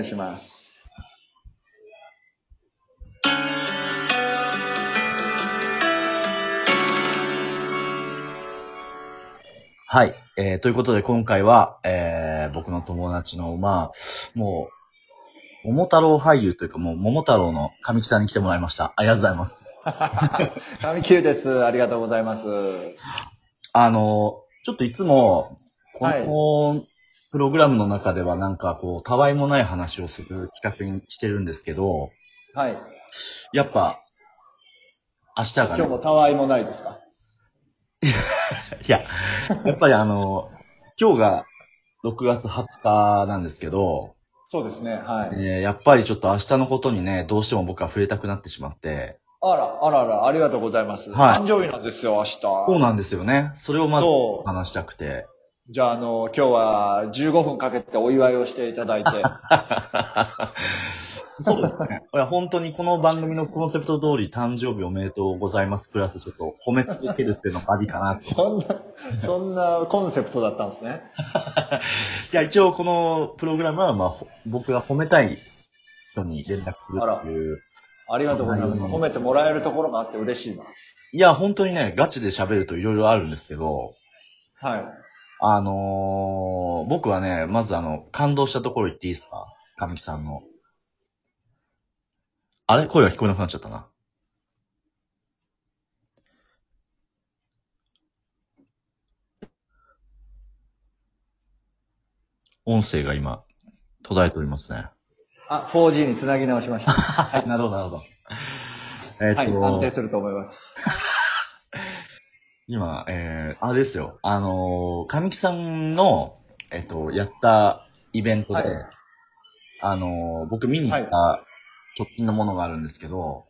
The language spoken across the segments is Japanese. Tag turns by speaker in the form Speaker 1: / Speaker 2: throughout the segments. Speaker 1: お願いします。はい。えーということで今回は、えー僕の友達の、まあ、もう、桃太郎俳優というかもう桃太郎の神木さんに来てもらいました。ありがとうございます。
Speaker 2: 神木です。ありがとうございます。
Speaker 1: あの、ちょっといつも、こ
Speaker 2: はい
Speaker 1: のプログラムの中ではなんかこう、たわいもない話をする企画にしてるんですけど、
Speaker 2: はい。
Speaker 1: やっぱ、明日が
Speaker 2: 今
Speaker 1: ね
Speaker 2: 日、もたわいもないですか
Speaker 1: いや、やっぱりあの、今日が6月20日なんですけど、
Speaker 2: そうですね。は
Speaker 1: え
Speaker 2: い。
Speaker 1: ーやっぱりちょっと明日のことにね、どうしても僕は触れたくなってしまって、
Speaker 2: あら、あらあら、ありがとうございます。
Speaker 1: はい
Speaker 2: 誕生日なんですよ、明日。
Speaker 1: そうなんですよね。それをまず
Speaker 2: そ
Speaker 1: 話したくて。
Speaker 2: う。じゃあ、あの、今日は15分かけてお祝いをしていただいて。
Speaker 1: そうです ね。いや、本当にこの番組のコンセプト通り、誕生日おめでとうございます。プラスちょっと褒め続けるっていうのがありかなと。い
Speaker 2: そんな、そんなコンセプトだったんですね。
Speaker 1: や、一応このプログラムは、まあ、ほ僕が褒めたい人に連絡するっていう。
Speaker 2: ありがとうございます。
Speaker 1: うん
Speaker 2: 褒めてもらえるところがあって嬉しいな。
Speaker 1: いや、本当にね、ガチで喋ると色々あるんですけど、
Speaker 2: はい。
Speaker 1: あのー、僕はね、まずあの、感動したところ言っていいですか神木さんの。あれ声が聞こえなくなっちゃったな。音声が今、途絶えておりますね。
Speaker 2: あ、4G につなぎ直しました。は
Speaker 1: はい、なるほど、なるほど。 え
Speaker 2: い。
Speaker 1: ー
Speaker 2: 安
Speaker 1: っと、
Speaker 2: 定すると思います。
Speaker 1: 今、えー、あれですよ。あのー、神木さんの、えっと、やったイベントで、
Speaker 2: はい
Speaker 1: あのー、僕見に行った直近のものがあるんですけど、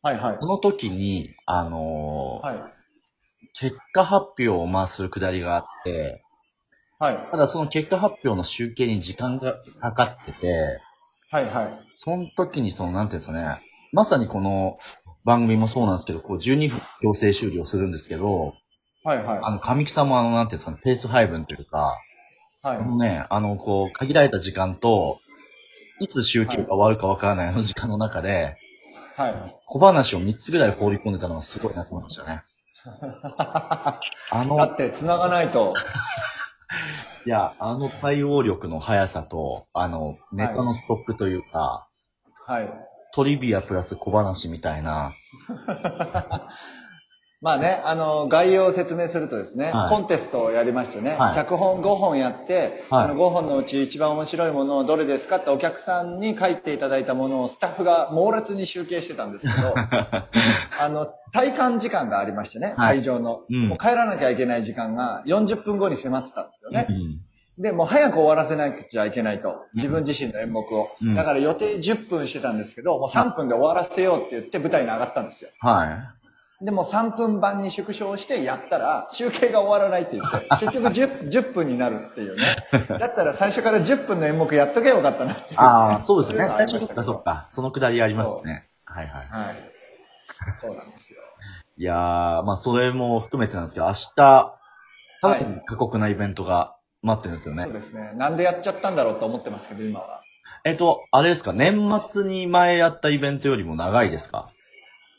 Speaker 2: はいはい。
Speaker 1: その時に、あのー
Speaker 2: はい。
Speaker 1: 結果発表をまあするくだりがあって、
Speaker 2: はい。
Speaker 1: ただその結果発表の集計に時間がかかってて、
Speaker 2: はいはい。
Speaker 1: その時にその、なんていうんですかね、まさにこの番組もそうなんですけど、こう12分強制終了するんですけど、
Speaker 2: はいはい。
Speaker 1: あの、神木さんもあの、なんていうんですかね、ペース配分というか、
Speaker 2: はい
Speaker 1: あのね、あの、こう、限られた時間と、いつ集計が終わるかわからないあの時間の中で、
Speaker 2: はい。
Speaker 1: 小話を3つぐらい放り込んでたのがすごいなと思いましたね。あ
Speaker 2: だ
Speaker 1: の、
Speaker 2: って、繋がないと。
Speaker 1: いや、あの対応力の速さと、あの、ネタのストックというか、
Speaker 2: はい。
Speaker 1: トリビアプラス小話みたいな、
Speaker 2: まあね、あの、概要を説明するとですね、
Speaker 1: はい
Speaker 2: コンテストをやりましたよね。
Speaker 1: はい
Speaker 2: 脚本5本やって、
Speaker 1: はい
Speaker 2: あの5本のうち一番面白いものをどれですかってお客さんに書いていただいたものをスタッフが猛烈に集計してたんですけ ど、あの、体感時間がありましてね、
Speaker 1: はい
Speaker 2: 会場の。
Speaker 1: うん
Speaker 2: もう帰らなきゃいけない時間が40分後に迫ってたんですよね
Speaker 1: う。ん
Speaker 2: で、もう早く終わらせなくちゃいけないと。自分自身の演目を。
Speaker 1: うん
Speaker 2: だから予定10分してたんですけど、もう3分で終わらせようって言って舞台に上がったんですよ。
Speaker 1: は
Speaker 2: でも3分版に縮小してやったら、集計が終わらないって言って、 結局 10, 10分になるっていうね。だったら最初から10分の演目やっとけばよかったなってい
Speaker 1: い。
Speaker 2: う。
Speaker 1: ああ、そうですよね。
Speaker 2: そう
Speaker 1: 最初そっかそっか。そのくだりありますね。はいはい。
Speaker 2: はい。そうなんですよ。
Speaker 1: いやー、まあそれも含めてなんですけど、明日、さら
Speaker 2: は
Speaker 1: に過酷なイベントが待ってるんですよね。
Speaker 2: そうですね。なんでやっちゃったんだろうと思ってますけど、今は。
Speaker 1: えっと、あれですか、年末に前やったイベントよりも長いですか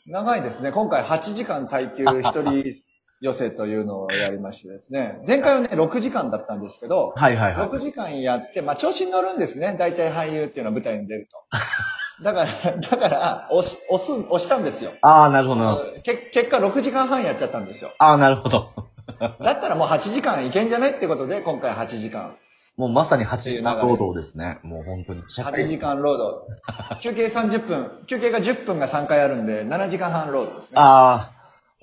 Speaker 2: 長いですね。今回8時間耐久1人寄せというのをやりましてですね。前回はね、6時間だったんですけど、
Speaker 1: はいはいはい。
Speaker 2: 6時間やって、まあ、調子に乗るんですね。大体俳優っていうのは舞台に出る と。だから、だから、押し、押す、押したんですよ。
Speaker 1: ああ、なるほどなるほど。
Speaker 2: け結果6時間半やっちゃったんですよ。
Speaker 1: ああ、なるほど。
Speaker 2: だったらもう8時間いけんじゃないってことで、今回8時間。
Speaker 1: もうまさに8時間労働ですね。もう本当に。社
Speaker 2: 8
Speaker 1: 会
Speaker 2: 時間労働。休憩30分。休憩が10分が3回あるんで、7時間半労働ですね。
Speaker 1: あ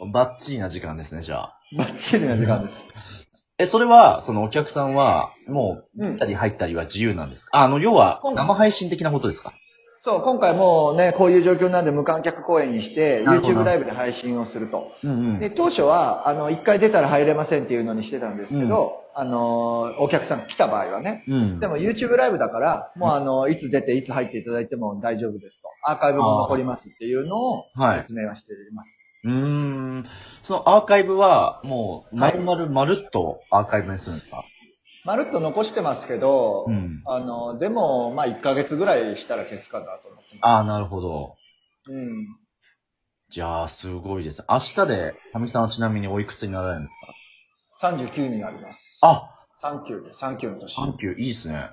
Speaker 1: あ、バッチリな時間ですね、じゃあ。
Speaker 2: バッチリな時間です。
Speaker 1: え、それは、そのお客さんは、もう、
Speaker 2: う
Speaker 1: 出
Speaker 2: ん
Speaker 1: た。り入ったりは自由なんですかああの、要は、
Speaker 2: 今度
Speaker 1: 生配信的なことですか
Speaker 2: そう、今回もうね、こういう状況なんで無観客公演にして、
Speaker 1: なるほど
Speaker 2: YouTube ライブで配信をすると。
Speaker 1: うん
Speaker 2: で、当初は、あの、一回出たら入れませんっていうのにしてたんですけど、あのー、お客さん来た場合はね。
Speaker 1: うん。
Speaker 2: でも YouTube ライブだから、もうあの、いつ出ていつ入っていただいても大丈夫ですと。アーカイブも残りますっていうのを
Speaker 1: はい
Speaker 2: 説明はしています。
Speaker 1: うーん。そのアーカイブは、もう、ま
Speaker 2: はい
Speaker 1: るまるまるっとアーカイブにするんですか
Speaker 2: まるっと残してますけど、
Speaker 1: うん。
Speaker 2: あの、でも、まあ、1ヶ月ぐらいしたら消すかなと思ってま
Speaker 1: ああ、なるほど。
Speaker 2: す。うん。
Speaker 1: じゃあ、すごいです。明日で、かみさんはちなみにおいくつになられるんですか
Speaker 2: 39になります。
Speaker 1: あ
Speaker 2: 39で、39の年。
Speaker 1: 阪急いいですね。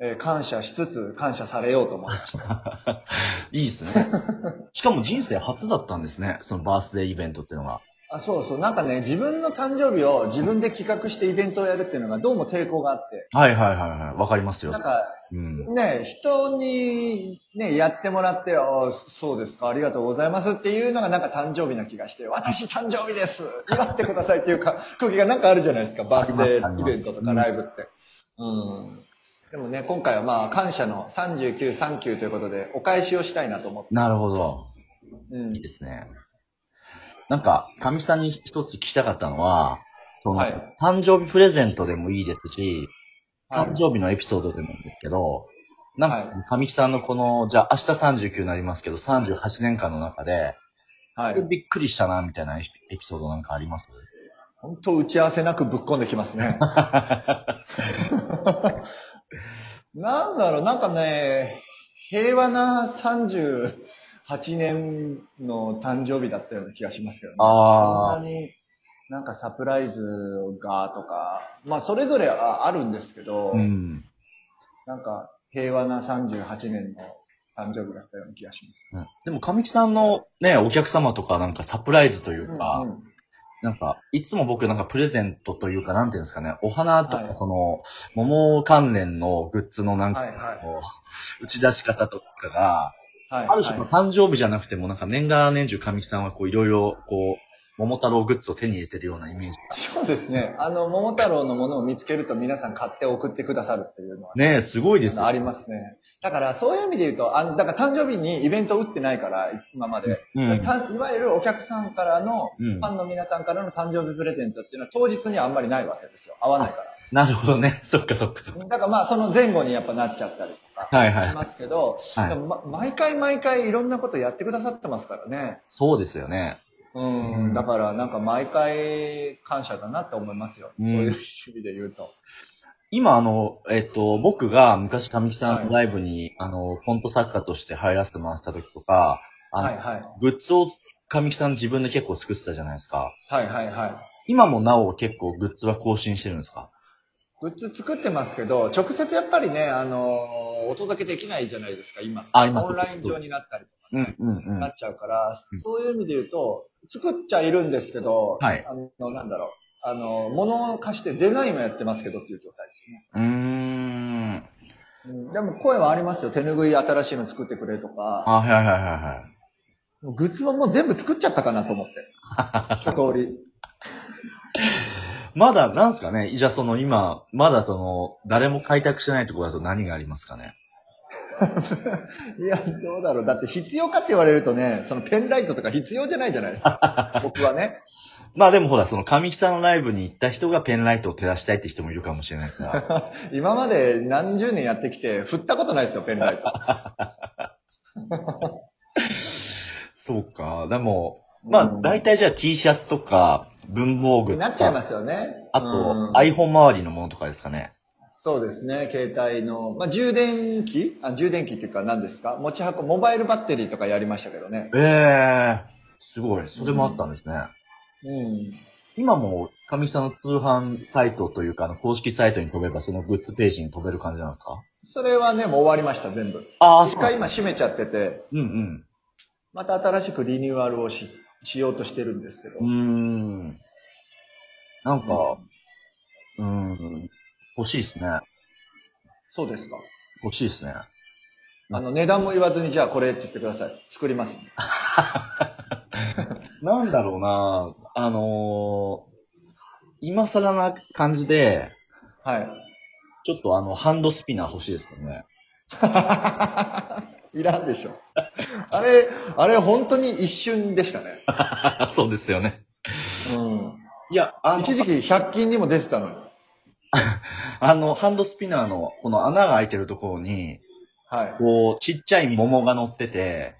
Speaker 2: えー感謝しつつ、感謝されようと思いました。
Speaker 1: いいですね。 しかも人生初だったんですね。そのバースデーイベントっていうのが。
Speaker 2: あそうそう。なんかね、自分の誕生日を自分で企画してイベントをやるっていうのがどうも抵抗があって。
Speaker 1: はいはいはいはい。わかりますよ
Speaker 2: な。んか、
Speaker 1: うん。
Speaker 2: ね、人にね、やってもらって、ああ、そうですか、ありがとうございますっていうのがなんか誕生日な気がして、私誕生日です祝ってくださいっていうか、 空気がなんかあるじゃないですか、バースデーイベントと
Speaker 1: あ
Speaker 2: か
Speaker 1: ります
Speaker 2: ライブって。うん。でもね、今回はまあ、感謝の39、39ということで、お返しをしたいなと思って。
Speaker 1: なるほど。
Speaker 2: うん
Speaker 1: いい。ですね。なんか、かみさんに一つ聞きたかったのは、その、
Speaker 2: はい
Speaker 1: 誕生日プレゼントでもいいですし、
Speaker 2: はい
Speaker 1: 誕生日のエピソードでもいいんですけど、なん
Speaker 2: は
Speaker 1: か、かみさんのこの、じゃあ明日39になりますけど、38年間の中で、
Speaker 2: はい。
Speaker 1: びっくりしたな、みたいなエピエピソードなんかあります
Speaker 2: 本当打ち合わせなくぶっこんできます ね。なんだろう、なんかね、平和な38年の誕生日だったような気がしますけどね。
Speaker 1: あー
Speaker 2: そんなに、なんかサプライズがとか、まあそれぞれはあるんですけど、
Speaker 1: うん。
Speaker 2: なんか平和な38年の誕生日だったような気がします。
Speaker 1: うんでも、神木さんのね、お客様とかなんかサプライズというか、
Speaker 2: うんうん
Speaker 1: なんか、いつも僕なんかプレゼントというか、なんていうんですかね、お花と
Speaker 2: は
Speaker 1: か
Speaker 2: い
Speaker 1: その、桃関連のグッズのなんか、
Speaker 2: はいはい
Speaker 1: こう打ち出し方とかが、
Speaker 2: はい。
Speaker 1: ある種の
Speaker 2: はい
Speaker 1: 誕生日じゃなくてもなんか年がら年中神木さんはこういろいろこう、桃太郎グッズを手に入れてるようなイメージ。
Speaker 2: そうですね。あの、桃太郎のものを見つけると皆さん買って送ってくださるっていうのは
Speaker 1: ねえ、すごいですよ
Speaker 2: ありますね。だから、そういう意味で言うと、あの、だから誕生日にイベントを打ってないから、今まで。
Speaker 1: うん。
Speaker 2: たいわゆるお客さんからの、
Speaker 1: うん
Speaker 2: ファンの皆さんからの誕生日プレゼントっていうのは当日にはあんまりないわけですよ。合わないか
Speaker 1: なるほどね。そっかそっかそっ
Speaker 2: ら。だからまあ、その前後にやっぱなっちゃったりとか
Speaker 1: か。はいは
Speaker 2: し
Speaker 1: い。
Speaker 2: ますけど、
Speaker 1: はい
Speaker 2: でもま毎回毎回いろんなことやってくださってますからね。
Speaker 1: そうですよね。
Speaker 2: うん。だから、なんか毎回感謝だなって思いますよ。
Speaker 1: うん
Speaker 2: そういう趣味で言うと。
Speaker 1: 今あの、えっと、僕が昔神木さんのライブに、あの、コント作家として入らせてもらった時とか、あの
Speaker 2: はいはい。
Speaker 1: グッズを神木さん自分で結構作ってたじゃないですか。
Speaker 2: はいはいはい。
Speaker 1: 今もなお結構グッズは更新してるんですか
Speaker 2: グッズ作ってますけど、直接やっぱりね、あのーお届けできないじゃないですか、今。
Speaker 1: あ今
Speaker 2: オンライン上になったりとか
Speaker 1: う
Speaker 2: ね、
Speaker 1: うんう
Speaker 2: なっちゃうから、
Speaker 1: うん
Speaker 2: そういう意味で言うと、作っちゃいるんですけど、
Speaker 1: はい
Speaker 2: あの、なんだろう。あの、物を貸してデザインもやってますけどっていう状態で
Speaker 1: ん。うーん。
Speaker 2: すね。うん、でも声はありますよ。手拭い新しいの作ってくれとか。
Speaker 1: あ、はいはいはいは
Speaker 2: もうグッズはもう全部作っちゃったかなと 思って。一通り。
Speaker 1: い。まだ、なんですかねじゃあその今、まだその、誰も開拓してないところだと何がありますかね
Speaker 2: いや、どうだろう。だって必要かって言われるとね、そのペンライトとか必要じゃないじゃないです か。僕はね。
Speaker 1: まあでもほら、その神木さんのライブに行った人がペンライトを照らしたいって人もいるかもしれな いから。
Speaker 2: 今まで何十年やってきて、振ったことないですよ、ペンライト。
Speaker 1: そうか。でも、まあ
Speaker 2: うん
Speaker 1: 大体じゃあ T シャツとか、文房具とか。
Speaker 2: なっちゃいますよね。
Speaker 1: あ
Speaker 2: う
Speaker 1: と、
Speaker 2: ん
Speaker 1: iPhone 周りのものとかですかね。
Speaker 2: そうですね、携帯の。まあ、充電器あ充電器っていうか何ですか持ち運ぶ、モバイルバッテリーとかやりましたけどね。
Speaker 1: ええすごい。それもあったんですね。
Speaker 2: うん。
Speaker 1: 今も、神木さんの通販サイトというか、あの、公式サイトに飛べば、そのグッズページに飛べる感じなんですか
Speaker 2: それはね、もう終わりました、全部。
Speaker 1: あ
Speaker 2: 一回今閉めちゃってて、
Speaker 1: うん
Speaker 2: また新しくリニューアルをししようとしてるんですけど。
Speaker 1: うん。うーん。なんか、うん、欲しいですね。
Speaker 2: そうですか。
Speaker 1: 欲しいですね。
Speaker 2: あの、値段も言わずに、じゃあこれって言ってください。作ります。
Speaker 1: なんだろうなあのー、今更な感じで、
Speaker 2: はい。
Speaker 1: ちょっとあの、ハンドスピナー欲しいですよね。
Speaker 2: いらんでしょ。あれ、あれ本当に一瞬でしたね。
Speaker 1: そうですよね。
Speaker 2: う
Speaker 1: いや、あ
Speaker 2: ん。
Speaker 1: の
Speaker 2: 一時期100均にも出てたのに。
Speaker 1: あの、ハンドスピナーの、この穴が開いてるところに、
Speaker 2: はい。
Speaker 1: こう、ちっちゃい桃が乗ってて、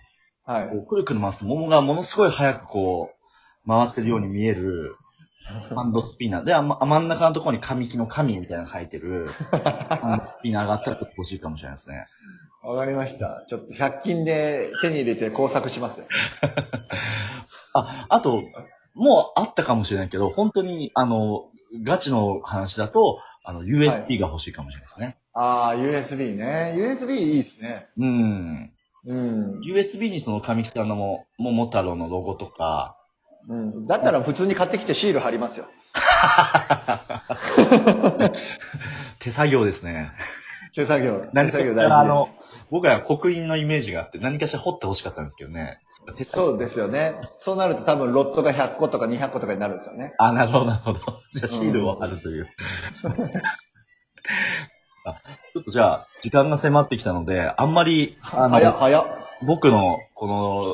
Speaker 2: は
Speaker 1: こ
Speaker 2: い。
Speaker 1: う、くるくる回す桃がものすごい速くこう、回ってるように見える、ハンドスピナー。で、あま真ん中のところに神木の神みたいなの書いてる、ハンドスピナーがあったら欲しいかもしれないですね。
Speaker 2: わかりました。ちょっと100均で手に入れて工作します。
Speaker 1: あ、あと、もうあったかもしれないけど、本当に、あの、ガチの話だと、あの、USB が欲しいかもしれないですね。
Speaker 2: ああ、USB ね。USB いいですね。
Speaker 1: うん。
Speaker 2: うん。
Speaker 1: USB にその神木さんのも、桃太郎のロゴとか、
Speaker 2: うん。だったら普通に買ってきてシール貼りますよ。
Speaker 1: 手作業ですね。
Speaker 2: 手作業。手作業大事です。
Speaker 1: あの、僕ら刻印のイメージがあって、何かしら掘って欲しかったんですけどね。手作業
Speaker 2: そうですよね。そうなると多分ロットが100個とか200個とかになるんですよね。
Speaker 1: あ、なるほど、なるほど。じゃあ、シールを貼るという。 あちょっとじゃあ、時間が迫ってきたので、あんまり、あ
Speaker 2: 早っ
Speaker 1: の、
Speaker 2: 早っ。
Speaker 1: 僕のこ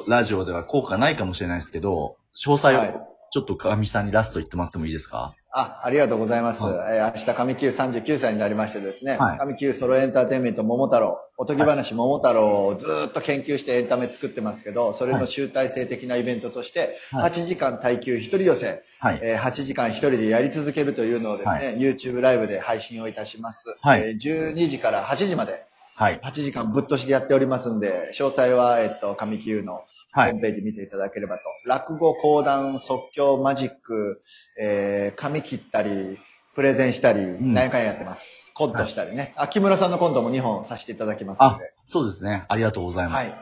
Speaker 1: のラジオでは効果ないかもしれないですけど、詳細
Speaker 2: はい
Speaker 1: をちょっと神さんにラスト言ってもらってもいいですか
Speaker 2: あ、ありがとうございます。
Speaker 1: は
Speaker 2: えー明日、神九39歳になりましてですね、
Speaker 1: はい
Speaker 2: 神九ソロエンターテインメント桃太郎、おとぎ話桃太郎をずーっと研究してエンタメ作ってますけど、それの集大成的なイベントとして、
Speaker 1: はい
Speaker 2: 8時間耐久一人寄せ、
Speaker 1: はい。
Speaker 2: えー8時間一人でやり続けるというのをですね、
Speaker 1: は
Speaker 2: YouTube ライブで配信をいたします。
Speaker 1: はい
Speaker 2: えー12時から8時まで、
Speaker 1: はい。
Speaker 2: 8時間ぶっ通しでやっておりますんで、詳細は、えっと、神九のホ
Speaker 1: は
Speaker 2: ー
Speaker 1: い。
Speaker 2: ムページ見ていただければと。落語、講談、即興、マジック、えー、髪切ったり、プレゼンしたり、
Speaker 1: ん
Speaker 2: 何回やってます。コントしたりね。あ、木村さんのコントも2本させていただきますの
Speaker 1: あ
Speaker 2: で。、
Speaker 1: そうですね。ありがとうございます。
Speaker 2: はい。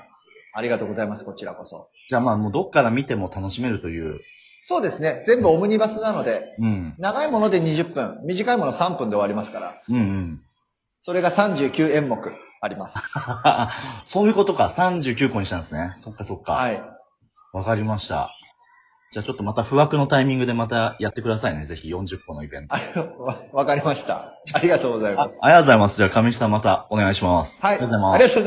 Speaker 2: ありがとうございます、こちらこそ。
Speaker 1: じゃあまあ、もうどっから見ても楽しめるという。
Speaker 2: そうですね。全部オムニバスなので、
Speaker 1: うん。
Speaker 2: 長いもので20分、短いもの3分で終わりますから、
Speaker 1: うんうん。
Speaker 2: それが39演目あります。
Speaker 1: そういうことか。39個にしたんですね。そっかそっか。
Speaker 2: はい。
Speaker 1: わかりました。じゃあちょっとまた不惑のタイミングでまたやってくださいね。ぜひ40個のイベント。
Speaker 2: あわ、わかりました。ありがとうござい
Speaker 1: ああ
Speaker 2: ま
Speaker 1: り
Speaker 2: す。
Speaker 1: がとうございます。じゃあ上下またお願いします。
Speaker 2: はい。
Speaker 1: ありがとうございま
Speaker 2: あ
Speaker 1: す
Speaker 2: り。がとうございます。